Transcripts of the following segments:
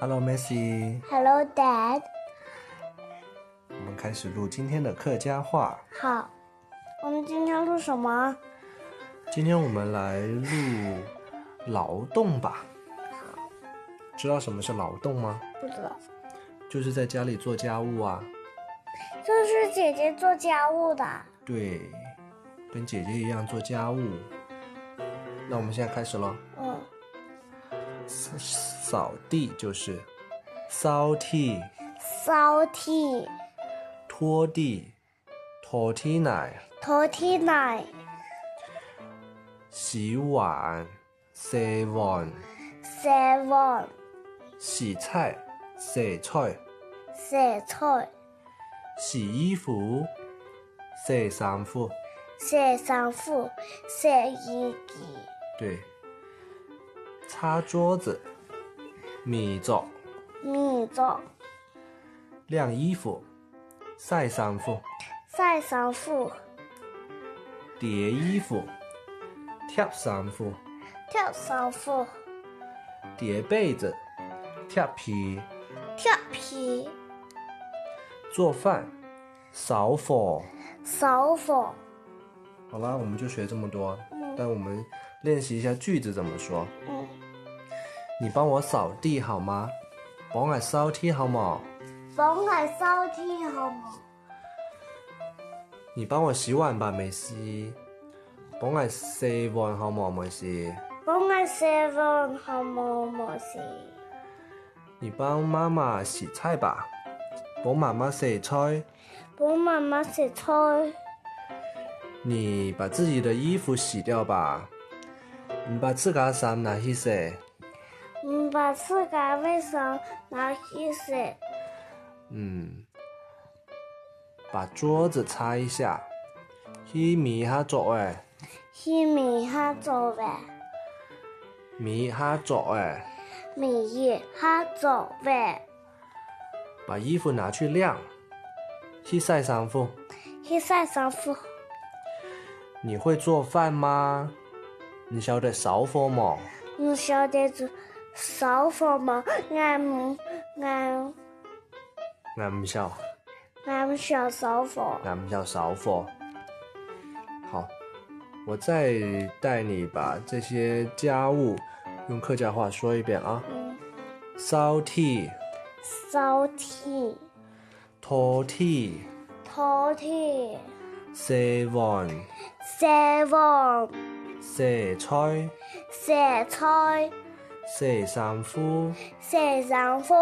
Hello, Messi， Hello, Dad。我们开始录今天的客家话。好，我们今天录什么？今天我们来录劳动吧。知道什么是劳动吗？不知道。就是在家里做家务啊。这是姐姐做家务的。对，跟姐姐一样做家务。那我们现在开始喽。嗯，扫扫地就是扫地、扫地、拖地、拖地奶、拖地奶、洗碗、洗碗、洗碗、洗菜、洗菜、洗菜、洗衣服、洗衫服。洗衫服、洗衣机、对，擦桌子、米粥、米粥、晾衣服、晒衫服、晒衫服、叠衣服、贴衫服、贴衫服、叠被子、贴被、贴皮、做饭、扫火。扫火、好啦，我们就学这么多，但我们练习一下句子怎么说。嗯，你帮我扫地好吗？帮我扫地好吗？帮我扫地好吗？你帮我洗碗吧，梅西。帮我洗碗好吗，梅西？帮我洗碗好吗？没事。你帮妈妈洗菜吧，帮妈妈洗菜。帮妈妈洗菜，你把自己的衣服洗掉吧，你把自家衫拿去洗。嗯，把自家卫生拿去洗。嗯，把桌子擦一下，去米哈桌哎，去米下做呗，米哈桌哎，米下做呗，把衣服拿去晾，去晒衫服。去晒衫服。你会做饭吗？你晓得烧火吗？你晓得做扫房吗？俺唔俺俺唔晓，俺唔晓扫房。俺唔晓烧火。好，我再带你把这些家务用客家话说一遍啊：嗯，扫地、扫地、拖地、拖地、洗碗、洗碗、洗菜、洗菜、洗衫裤、洗衫服、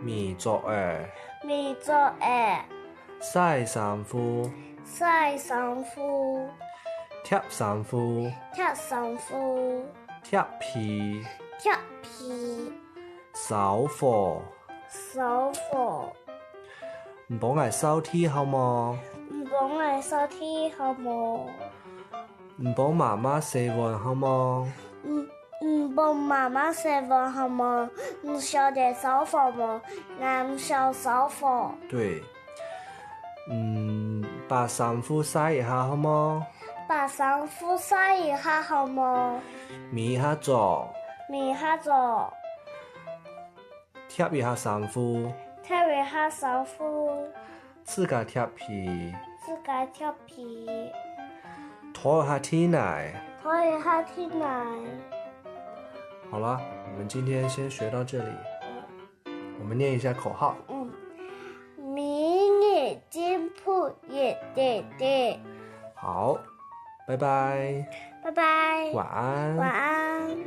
米作儿、米做诶，晒衫裤、晒衫服、贴衫裤、贴衫服、贴被、贴皮、扫火。扫房。唔好挨收天好冇？唔帮我扫地好冇？唔好媽媽洗碗好冇？唔唔帮妈妈洗碗好冇？唔晓得扫房冇？俺唔晓扫房，对，嗯，把衫褲晒一下好冇？把衫裤晒一下好冇？咪一下做，咪下做，貼一下衫褲，贴一下衫裤，自家貼皮，自家贴皮，拖一下天奶。拖一下天奶。好啦，我们今天先学到这里，我们念一下口号：嗯，明日进步一点点。好，拜拜，拜拜，晚安，晚安。